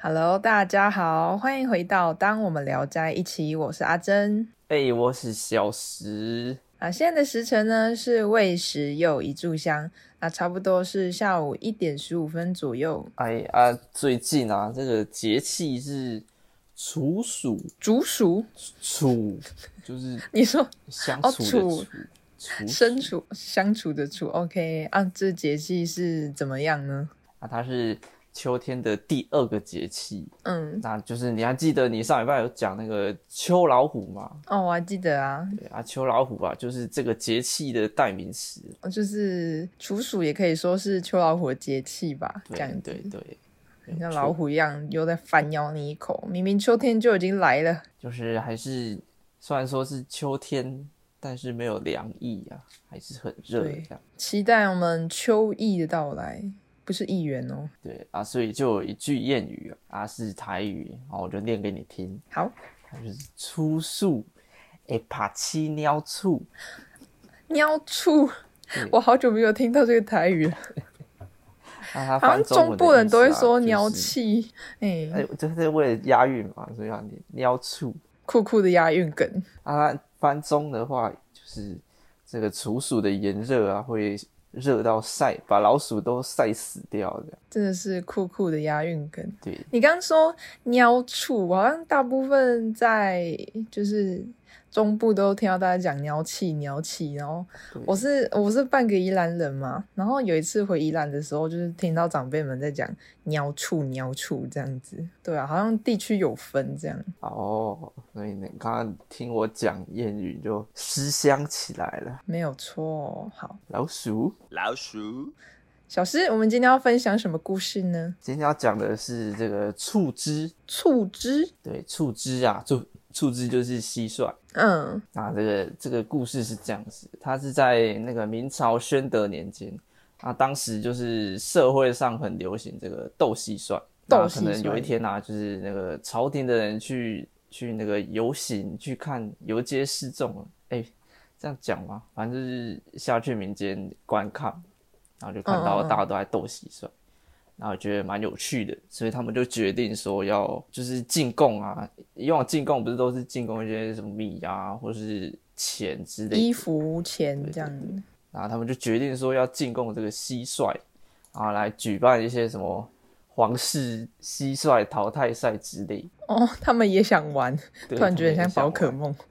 Hello，大家好，欢迎回到《当我们聊在一起》，我是阿珍。哎、我是小石，啊，现在的时辰呢是未时又一炷香，那差不多是下午一点十五分左右。哎啊，最近啊，这个节气是处暑，竹鼠，处 就是你说相哦处的处处，处身处相处的处，OK 啊，这节气是怎么样呢？啊，它是秋天的第二个节气。嗯，那就是你还记得你上礼拜有讲那个秋老虎吗？哦，我还记得啊，对啊，秋老虎啊，就是这个节气的代名词。就是处暑也可以说是秋老虎的节气吧，这对样子对，对，你像老虎一样又在反咬你一口，明明秋天就已经来了。就是还是虽然说是秋天，但是没有凉意啊，还是很热对这样。期待我们秋意的到来，不是意愿哦。对啊，所以就有一句谚语啊，啊是台语，然后我就念给你听，好，它就是“出树会爬七鸟醋喵畜对，我好久没有听到这个台语了，”，那啊好它像翻中中文部人都会说鸟鸟，气，哎、就是哎，就是为了押韵嘛，所以要念鸟醋。酷酷的押韵梗。啊，它翻中的话就是这个处暑的炎热啊，会热到晒，把老鼠都晒死掉的。真的是酷酷的押韵梗。对，你刚刚说喵畜，好像大部分在就是中部都听到大家讲鸟气鸟气，然后对我是我是半个宜兰人嘛，然后有一次回宜兰的时候，就是听到长辈们在讲鸟畜鸟畜这样子，对啊，好像地区有分这样，哦，所以你刚刚听我讲谚语就思乡起来了，没有错。哦好，老鼠。老鼠。小诗，我们今天要分享什么故事呢？今天要讲的是这个醋汁，醋汁，对，醋汁啊，醋醋汁就是蟋蟀。嗯，啊，这个这个故事是这样子，它是在那个明朝宣德年间，啊，当时就是社会上很流行这个斗蟋蟀，斗那可蟋能蟀有一天啊，就是那个朝廷的人去去那个游行去看游街示众啊，哎，这样讲吗？反正就是下去民间观看，然后就看到嗯嗯嗯大家都在斗蟋蟀。然后觉得蛮有趣的，所以他们就决定说要就是进贡啊，以往进贡不是都是进贡一些什么米啊，或是钱之类衣的，服钱这样子，然后他们就决定说要进贡这个蟋蟀，然后来举办一些什么皇室蟋蟀淘汰赛之类。哦，他们也想玩，对突然觉得像宝可。他们也想玩梦。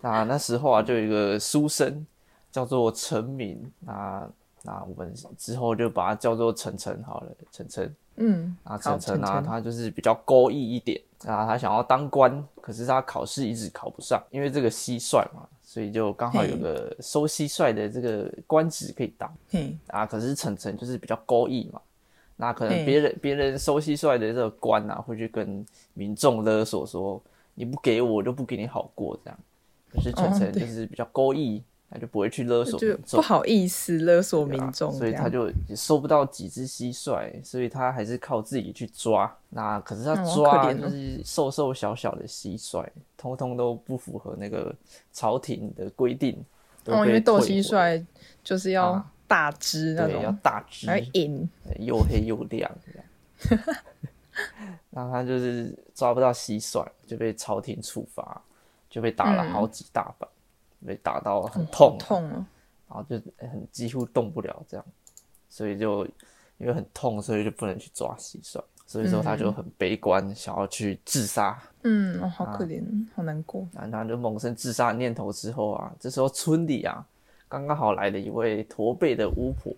那那时候啊，就有一个书生叫做陈明，那那我们之后就把他叫做晨晨好了，晨晨。嗯，啊，好晨晨啊，晨他就是比较勾毅一点啊，他想要当官，可是他考试一直考不上，因为这个蟋蟀嘛，所以就刚好有嘿个收蟋蟀的这个官职可以当嘿，啊。可是晨晨就是比较勾毅嘛，那可嘿能别人别人收蟋蟀的这个官啊，会去跟民众勒索说，你不给我，我就不给你好过这样。可是晨哦晨对就是比较勾毅，他就不会去勒索就民不众。好意思勒索民对啊众这所以样、他就也收不到几只蟋蟀，所以他还是靠自己去抓。那可是他嗯好抓可啊怜哦就是瘦瘦小小的蟋蟀，通通都不符合那个朝廷的规定。都哦，因为被斗退蟋回蟀就是要啊大只那对要种，哎大只，还要赢。又黑又亮这样。 那他就是抓不到蟋蟀，就被朝廷处罚，就被打了好几大板，被打到很痛啊、痛嗯哦，然后就哎很几乎动不了这样，所以就因为很痛，所以就不能去抓蟋蟀，所以说他就很悲观，想要去自杀。嗯，哦，好啊可怜，好难过。然后他就萌生自杀的念头之后啊，这时候村里啊刚刚好来了一位驼背的巫婆，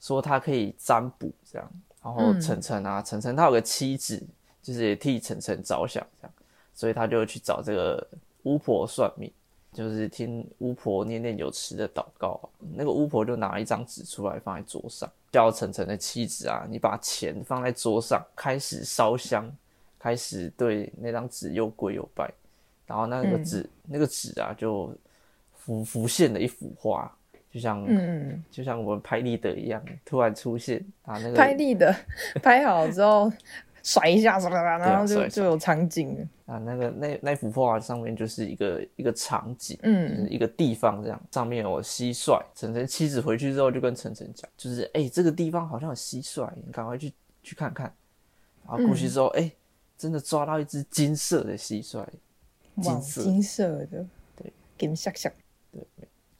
说她可以占卜这样。然后嗯晨晨啊，晨晨他有个妻子，就是也替晨晨着想这样，所以他就去找这个巫婆算命，就是听巫婆念念有词的祷告啊、那个巫婆就拿一张纸出来放在桌上，叫晨晨的妻子啊，你把钱放在桌上，开始烧香，开始对那张纸又跪又拜。然后那个嗯纸，那个纸啊，就浮浮现了一幅画，就像、嗯，就像我们拍立得一样，突然出现啊，那个拍立得拍好之后甩一下，唰唰唰对啊然后就甩一下就有场景了。啊，那个那那幅画上面就是一个一个场景，就是嗯，一个地方这样，上面有蟋蟀。晨晨妻子回去之后就跟晨晨讲，就是哎、欸这个地方好像有蟋蟀，你赶快去去看看。然后过去之后，哎、真的抓到一只金色的蟋蟀，哇，金色金色的，对，给你吓吓，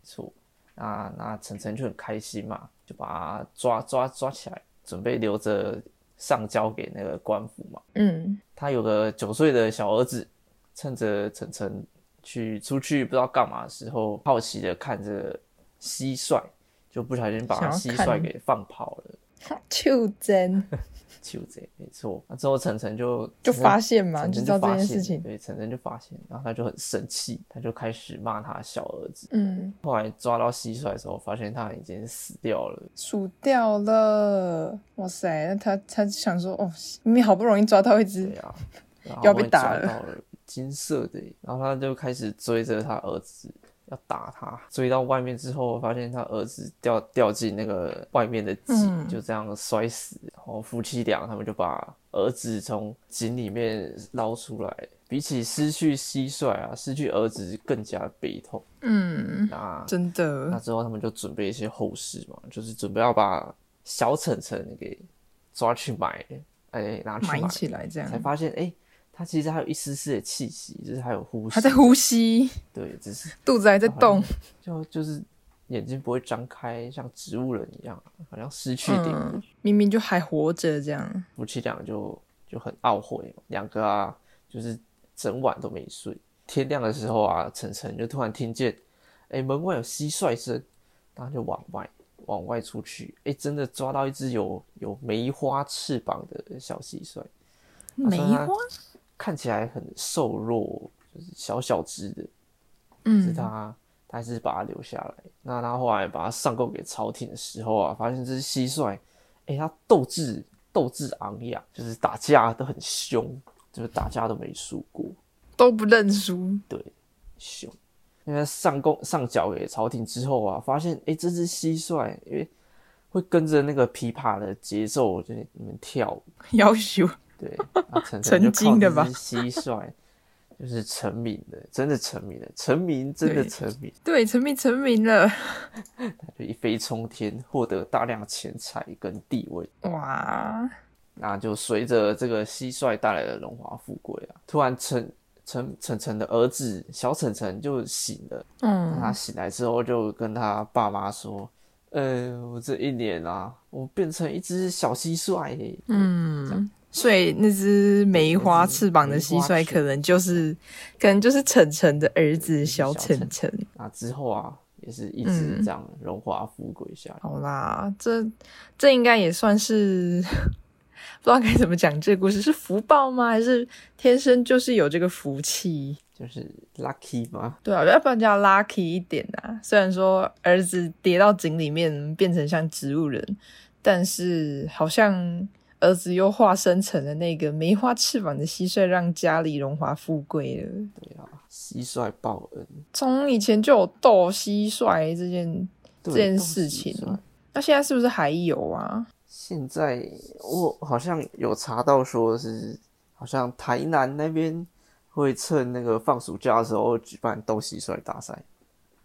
错。那那晨晨就很开心嘛，就把它抓抓抓起来，准备留着上交给那个官府嘛。嗯，他有个九岁的小儿子，趁着晨晨去出去不知道干嘛的时候，好奇的看着蟋蟀，就不小心把想要蟋看蟀给放跑了。就真就这，没错。那之后晨晨就就发现嘛，晨就晨知道这发件现事情，对，晨晨就发现，然后他就很生气，他就开始骂他小儿子。嗯，后来抓到蟋蟀的时候，发现他已经死掉了。数掉了，哇塞，那他他想说，哦，你好不容易抓到一只对，啊，然后要被打后来抓了到了金色的，然后他就开始追着他儿子要打他，追到外面之后，发现他儿子掉掉进那个外面的井，嗯就这样摔死。然后夫妻俩他们就把儿子从井里面捞出来。比起失去蟋蟀啊，失去儿子更加悲痛。嗯，那真那的，之后他们就准备一些后事嘛，就是准备要把小晨晨给抓去埋，哎、拿去埋埋起来这才样，发现，哎、他其实还有一丝丝的气息，就是还有呼吸，他在呼吸，对，只是肚子还在动，就就是眼睛不会张开，像植物人一样，好像失去顶。嗯，明明就还活着这样，夫妻俩就就很懊悔，两个啊，就是整晚都没睡。天亮的时候啊，晨晨就突然听见，哎、门外有蟋蟀声，他就往外往外出去，哎、真的抓到一只有有梅花翅膀的小蟋蟀。梅花，看起来很瘦弱，就是小小只的，可是嗯，他他还是把它留下来。那他后来把它上供给朝廷的时候啊，发现这只蟋蟀，哎、它斗志斗志昂扬，就是打架都很凶，就是打架都没输过，都不认输，凶。因为它上供上缴给朝廷之后啊，发现哎、诶这只蟋蟀，因为会跟着那个琵琶的节奏，就是你们跳舞。要求， 对，那成晨晨就靠精的这吧只蟋蟀，就是成名的，真的成名了，成名真的对成名，对，成名成名了，他就一飞冲天，获得大量钱财跟地位。哇，那就随着这个蟋蟀带来的荣华富贵啊，突然晨晨晨晨的儿子小晨晨就醒了。嗯，他醒来之后就跟他爸妈说：“呃，我这一年啊，我变成一只小蟋蟀耶、嗯，所以那只梅花翅膀的蟋梅花蟀，翅可能就是可能就是晨晨的儿子小小晨晨。那之后啊，也是一直嗯这样荣华富贵下来。好啦，这这应该也算是不知道该怎么讲这个故事，是福报吗？还是天生就是有这个福气？就是 lucky 吗？对啊，要不然就要 lucky 一点啊。虽然说儿子跌到井里面变成像植物人，但是好像儿子又化身成了那个梅花翅膀的蟋蟀，让家里荣华富贵了。对啊，蟋蟀报恩，从以前就有斗蟋蟀这件，对这件事情都是蟋蟀那现在是不是还有啊？现在我好像有查到，说是好像台南那边会趁那个放暑假的时候举办斗蟋蟀大赛，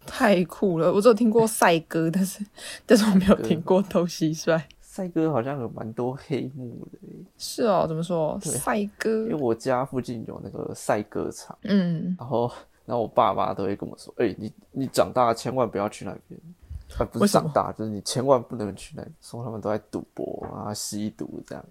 太酷了！我只有听 过赛鸽，但是但是我没有听过斗蟋蟀。赛哥好像有蛮多黑幕的，是哦，怎么说？对赛鸽因为？我家附近有那个赛鸽场，嗯，然后然后我爸妈都会跟我说，哎、你你长大千万不要去那边。啊，不为是什长么大，就是你千万不能去那边，说他们都在赌博啊、吸毒这样，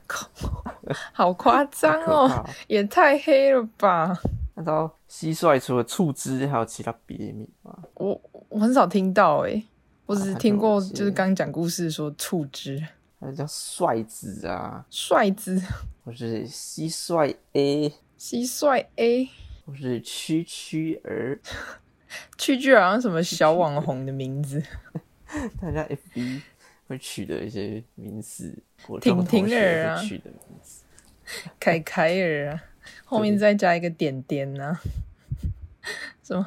好夸张可哦，怕哦。也太黑了吧！那到蟋蟀除了触枝，还有其他别名吗？我我很少听到诶、我只是啊听过，它就有一些就是刚讲故事说触枝、还有叫帅子啊，帅枝、或是蟋蟀 A，蟋蟀 A。或是蛐蛐儿， 蛐蛐好像什么小网红的名 字，大家 FB 会取的一些名字，我婷婷儿啊取的名字，凯凯尔啊，后面再加一个点点呢、什么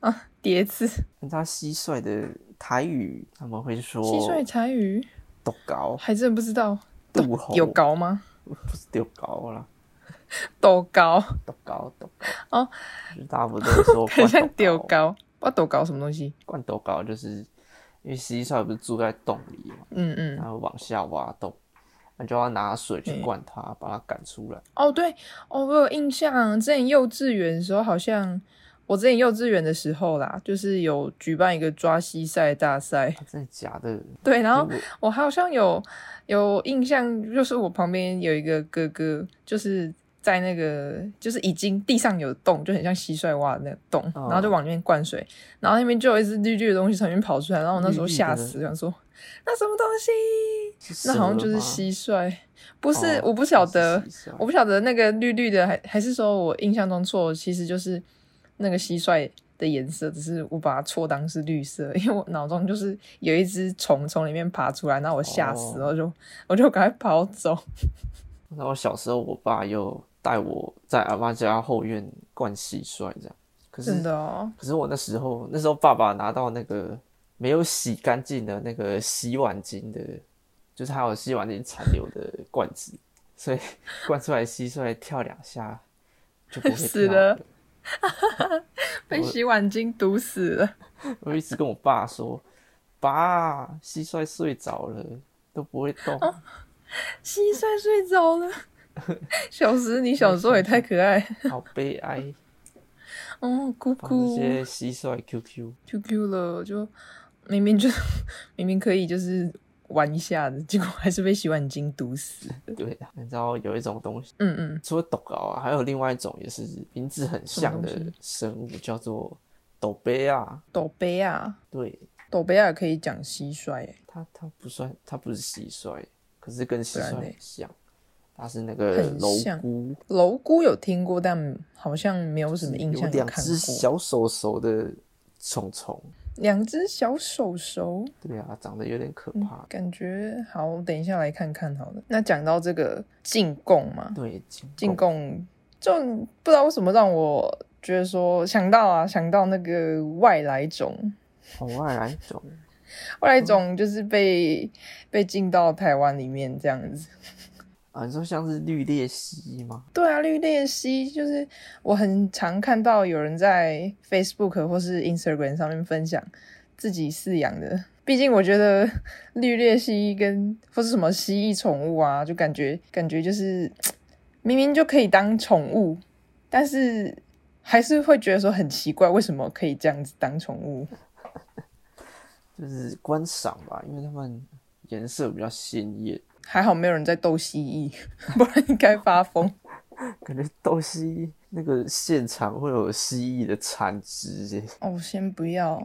啊？叠字，那它蟋蟀的台语他们会说蟋蟀单鱼，豆高、还真不知道肚猴，有高吗？不是豆高啦，豆高，豆高豆高 哦，就是大部分都 说很像豆丢，高，不知道豆高什么东西。灌豆高就是因为蟋蟀不是住在洞里嘛。啊嗯嗯，然后往下挖洞，那就要拿水去灌它，把它赶出来。哦，对，哦，我有印象，之前幼稚园的时候，好像我之前幼稚园的时候啦，就是有举办一个抓蟋蟀大赛，啊真的假的？对，然后就我我好像有有印象，就是我旁边有一个哥哥，就是在那个就是已经地上有洞，就很像蟋蟀挖的那个洞，哦然后就往里面灌水，然后那边就有一只绿绿的东西从里面跑出来，然后我那时候绿绿的吓死，想说那什么东西？是那好像蛇就是吗蟋蟀，不是，哦我不晓得，是蟋蟀我不晓得那个绿绿的，还还是说我印象中错，其实就是那个蟋蟀的颜色，只是我把它错当是绿色， 因为我脑中就是有一只虫从里面爬出来，然后我吓死，哦我就我就赶快跑走。那我小时候，我爸又带我在阿妈家后院灌蟋蟀，这样。可是真，的哦，可是我那时候，那时候爸爸拿到那个没有洗干净的那个洗碗巾的，就是还有洗碗巾残留的罐子，所以 灌出来蟋蟀跳两下就不 会死跳了了。被洗碗巾毒死了。我一直跟我爸说：“爸，蟋蟀睡着了，都不会动。哦蟋蟀睡着 了。小时，你小时候也太可爱好悲 哀。哦，姑放那姑。些蟋蟀 QQ， QQ 了，就明明就 明明可以就是玩一下的，结果还是被洗碗巾毒死。对啊，你知道有一种东西。嗯嗯，除了斗螯啊，还有另外一种也是名字很像什么的东生物，叫做斗杯啊。抖杯啊，对，抖杯啊可以讲蟋蟀欸，它它不算，它不是蟋蟀，可是跟蟋不然蟀嘞很像。它是那个很蝼像蛄，楼菇有听过，但好像没有什么印有象有两看只过。小手手的虫虫。两只小手手，对啊，长得有点可嗯怕。感觉好，我等一下来看看好了。那讲到这个进贡嘛，对，进贡就不知道为什么让我觉得说想到啊，想到那个外来种，哦，外来种，外来种就是被被进到台湾里面这样子。啊，你说像是绿鬣蜥吗？对啊，绿鬣蜥就是我很常看到有人在 Facebook 或是 Instagram 上面分享自己饲养的。毕竟我觉得绿鬣蜥跟或是什么蜥蜴宠物啊，就感觉感觉就是明明就可以当宠物，但是还是会觉得说很奇怪，为什么可以这样子当宠物？就是观赏吧，因为它们颜色比较鲜艳，还好没有人在斗蜥蜴， 不然应该发疯。感觉斗蜥那个现场会有蜥蜴的残肢耶，哦，先不要，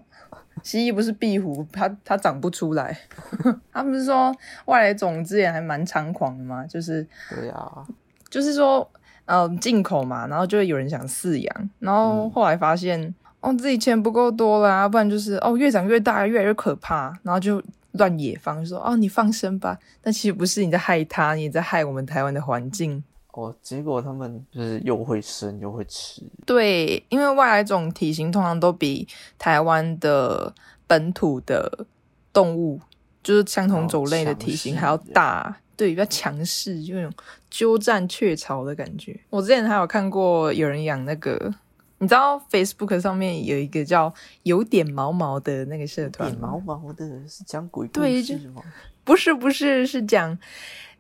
蜥蜴不是壁虎，它它长不出来。 他们是说外来种之前还蛮猖狂的嘛，就是对啊，就是说，嗯，进口嘛，然后就会有人想饲养，然后后来发现，哦，自己钱不够多啦，不然就是哦，越长越大，越来越可怕，然后就乱野放，就说哦，你放生吧，但其实不是你在害它，你也在害我们台湾的环境。哦，结果它们就是又会生又会吃，对，因为外来种体型通常都比台湾的本土的动物，就是相同种类的体型还要大，对，比较强势，就那种鸠占鹊巢的感觉。我之前还有看过有人养那个，你知道 Facebook 上面有一个叫“有点毛毛”的那个社团脸吗？毛毛的，是讲鬼故对事吗？不是，不是，是讲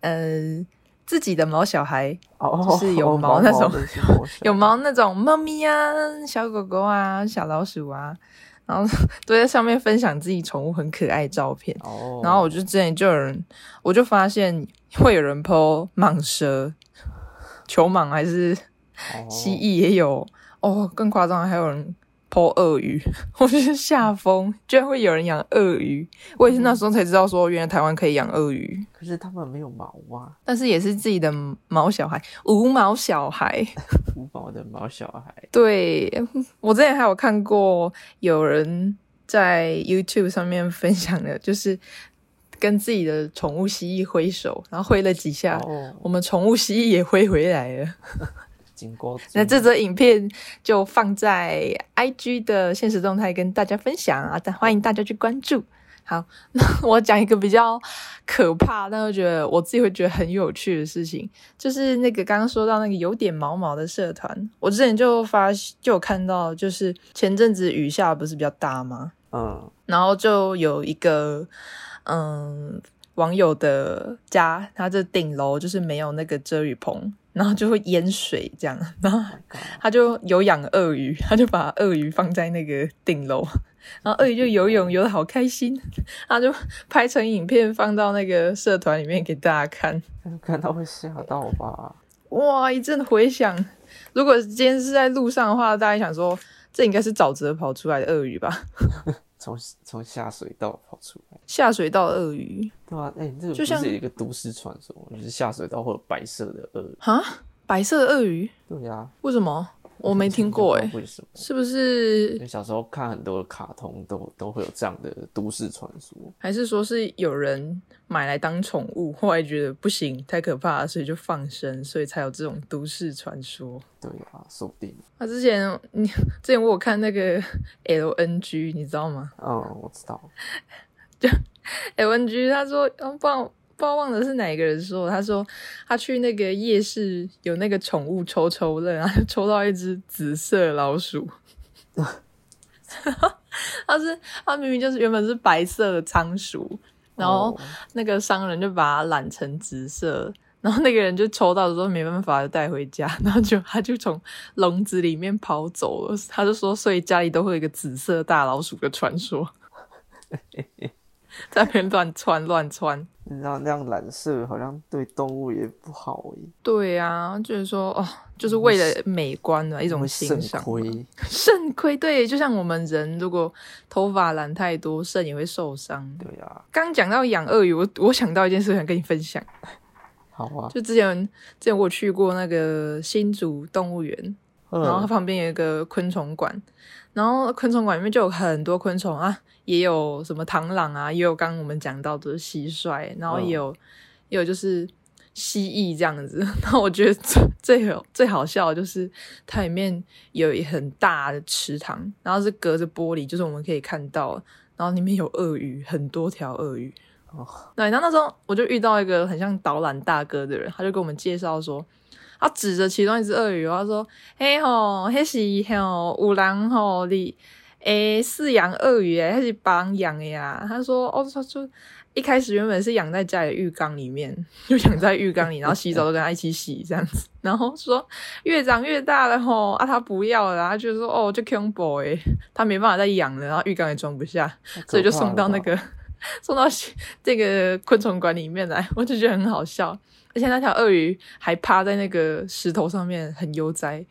呃自己的毛小孩哦，就是有哦毛毛那种的是毛小有毛那种猫咪啊、小狗狗啊、小老鼠啊，然后都在上面分享自己宠物很可爱的照片。哦，然后我就之前就有人，我就发现会有人 PO 蟒蛇、球蟒还是哦蜥蜴也有哦，更夸张还有人 PO 鳄鱼， 我就是吓疯，居然会有人养鳄鱼。我也是那时候才知道说，原来台湾可以养鳄鱼，可是它们没有毛啊，但是也是自己的毛小孩，无毛小孩。无毛的毛小孩，对，我之前还有看过有人在 YouTube 上面分享的，就是跟自己的宠物蜥蜴挥手，然后挥了几下，哦，我们宠物蜥蜴也挥回来了。金钩足，那这则影片就放在 IG 的现实动态跟大家分享啊，但欢迎大家去关注。好， 那我讲一个比较可怕，但又觉得我自己会觉得很有趣的事情，就是那个刚刚说到那个有点毛毛的社团，我之前就发就有看到，就是前阵子雨下不是比较大吗？嗯，然后就有一个嗯网友的家，他这顶楼就是没有那个遮雨棚，然后就会淹水这样，然后他就有养鳄鱼，他就把鳄鱼放在那个顶楼，然后鳄鱼就游泳游的好开心，他就拍成影片放到那个社团里面给大家看，看到会吓到吧？哇，一阵回响。如果今天是在路上的话，大家想说这应该是沼泽跑出来的鳄鱼吧？从从下水道跑出来，下水道鳄鱼对啊，哎、这个就不像是一个都市传说吗，就是下水道会有白色的鳄鱼。哈，白色的鳄鱼，对啊，为什么我没听过、不欸？知哎道，为什么？是不因是为小时候看很多的卡通都都会有这样的都市传说，还是说是有人买来当宠物， 后来觉得不行，太可怕了，所以就放生，所以才有这种都市传说。对啊，说不定。那、之前你 之前我有看那个 LNG，你知道吗嗯，我知道， ？LNG 他说，嗯，不知道不知道忘了是哪一个人说，他说他去那个夜市有那个宠物抽抽乐，然后就抽到一只紫色老鼠。 他是他明明就是原本是白色的仓鼠，然后哦那个商人就把它染成紫色，然后那个人就抽到的时候没办法带回家， 然后就他就从笼子里面跑走了。他就说，所以家里都会有一个紫色大老鼠的传说， 在那边乱窜乱窜。你知道那样染色好像对动物也不好欸耶，对啊，就是说哦，就是为了美观的一种会欣肾赏。亏。肾亏，对，就像我们人如果头发染太多，肾也会受伤。对啊，刚讲到养鳄鱼，我我想到一件事想跟你分享，好啊，就之前之前我去过那个新竹动物园，然后 它嗯，旁边有一个昆虫馆，然后昆虫馆里面就有很多昆虫啊，也有什么螳螂啊，也有刚刚我们讲到的蟋蟀，然后也有、也有就是蜥蜴这样子。 然后我觉得最最有最好笑的就是它里面有一很大的池塘，然后是隔着玻璃，就是我们可以看到，然后里面有鳄鱼，很多条鳄鱼。哦对，然后那时候我就遇到一个很像导览大哥的人，他就跟我们介绍说，他指着其中一只鳄鱼，他说：“嘿吼，迄是吼有人吼你诶饲养鳄鱼诶，迄是别人养的呀。”他说：“哦，他就一开始原本是养在家里的浴缸里面， 就养在浴缸里，然后洗澡都跟他一起洗这样子。 然后说越长越大了吼，啊他不要了，他就说哦就 combo 诶，他没办法再养了，然后浴缸也装不下，太可所以就怕送了到那吧，个 送到这个昆虫馆里面来，我就觉得很好笑。而且那条鳄鱼还趴在那个石头上面，很悠哉，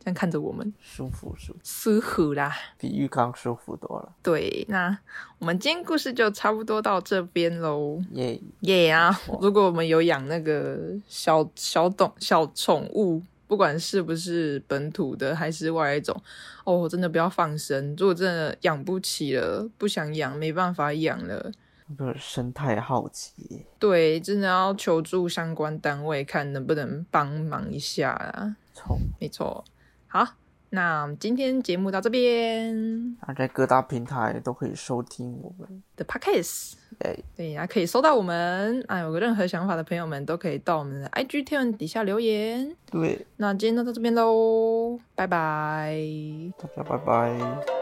这样看着我们，舒服舒服，舒服啦。比浴缸舒服多了，对，那我们今天故事就差不多到这边喽。耶、耶啊！ 如果我们有养那个小小动小宠物，不管是不是本土的还是外来种，哦，真的不要放生。如果真的养不起了，不想养，没办法养了，那个生态浩劫，对，真的要求助相关单位，看能不能帮忙一下啦。从没错，好，那我们今天节目到这边那在各大平台都可以收听我们，的 podcast。哎、对，大家可以收到我们啊，有任何想法的朋友们都可以到我们的 IG 贴文底下留言。对，那今天就到这边喽，拜拜。大家拜拜。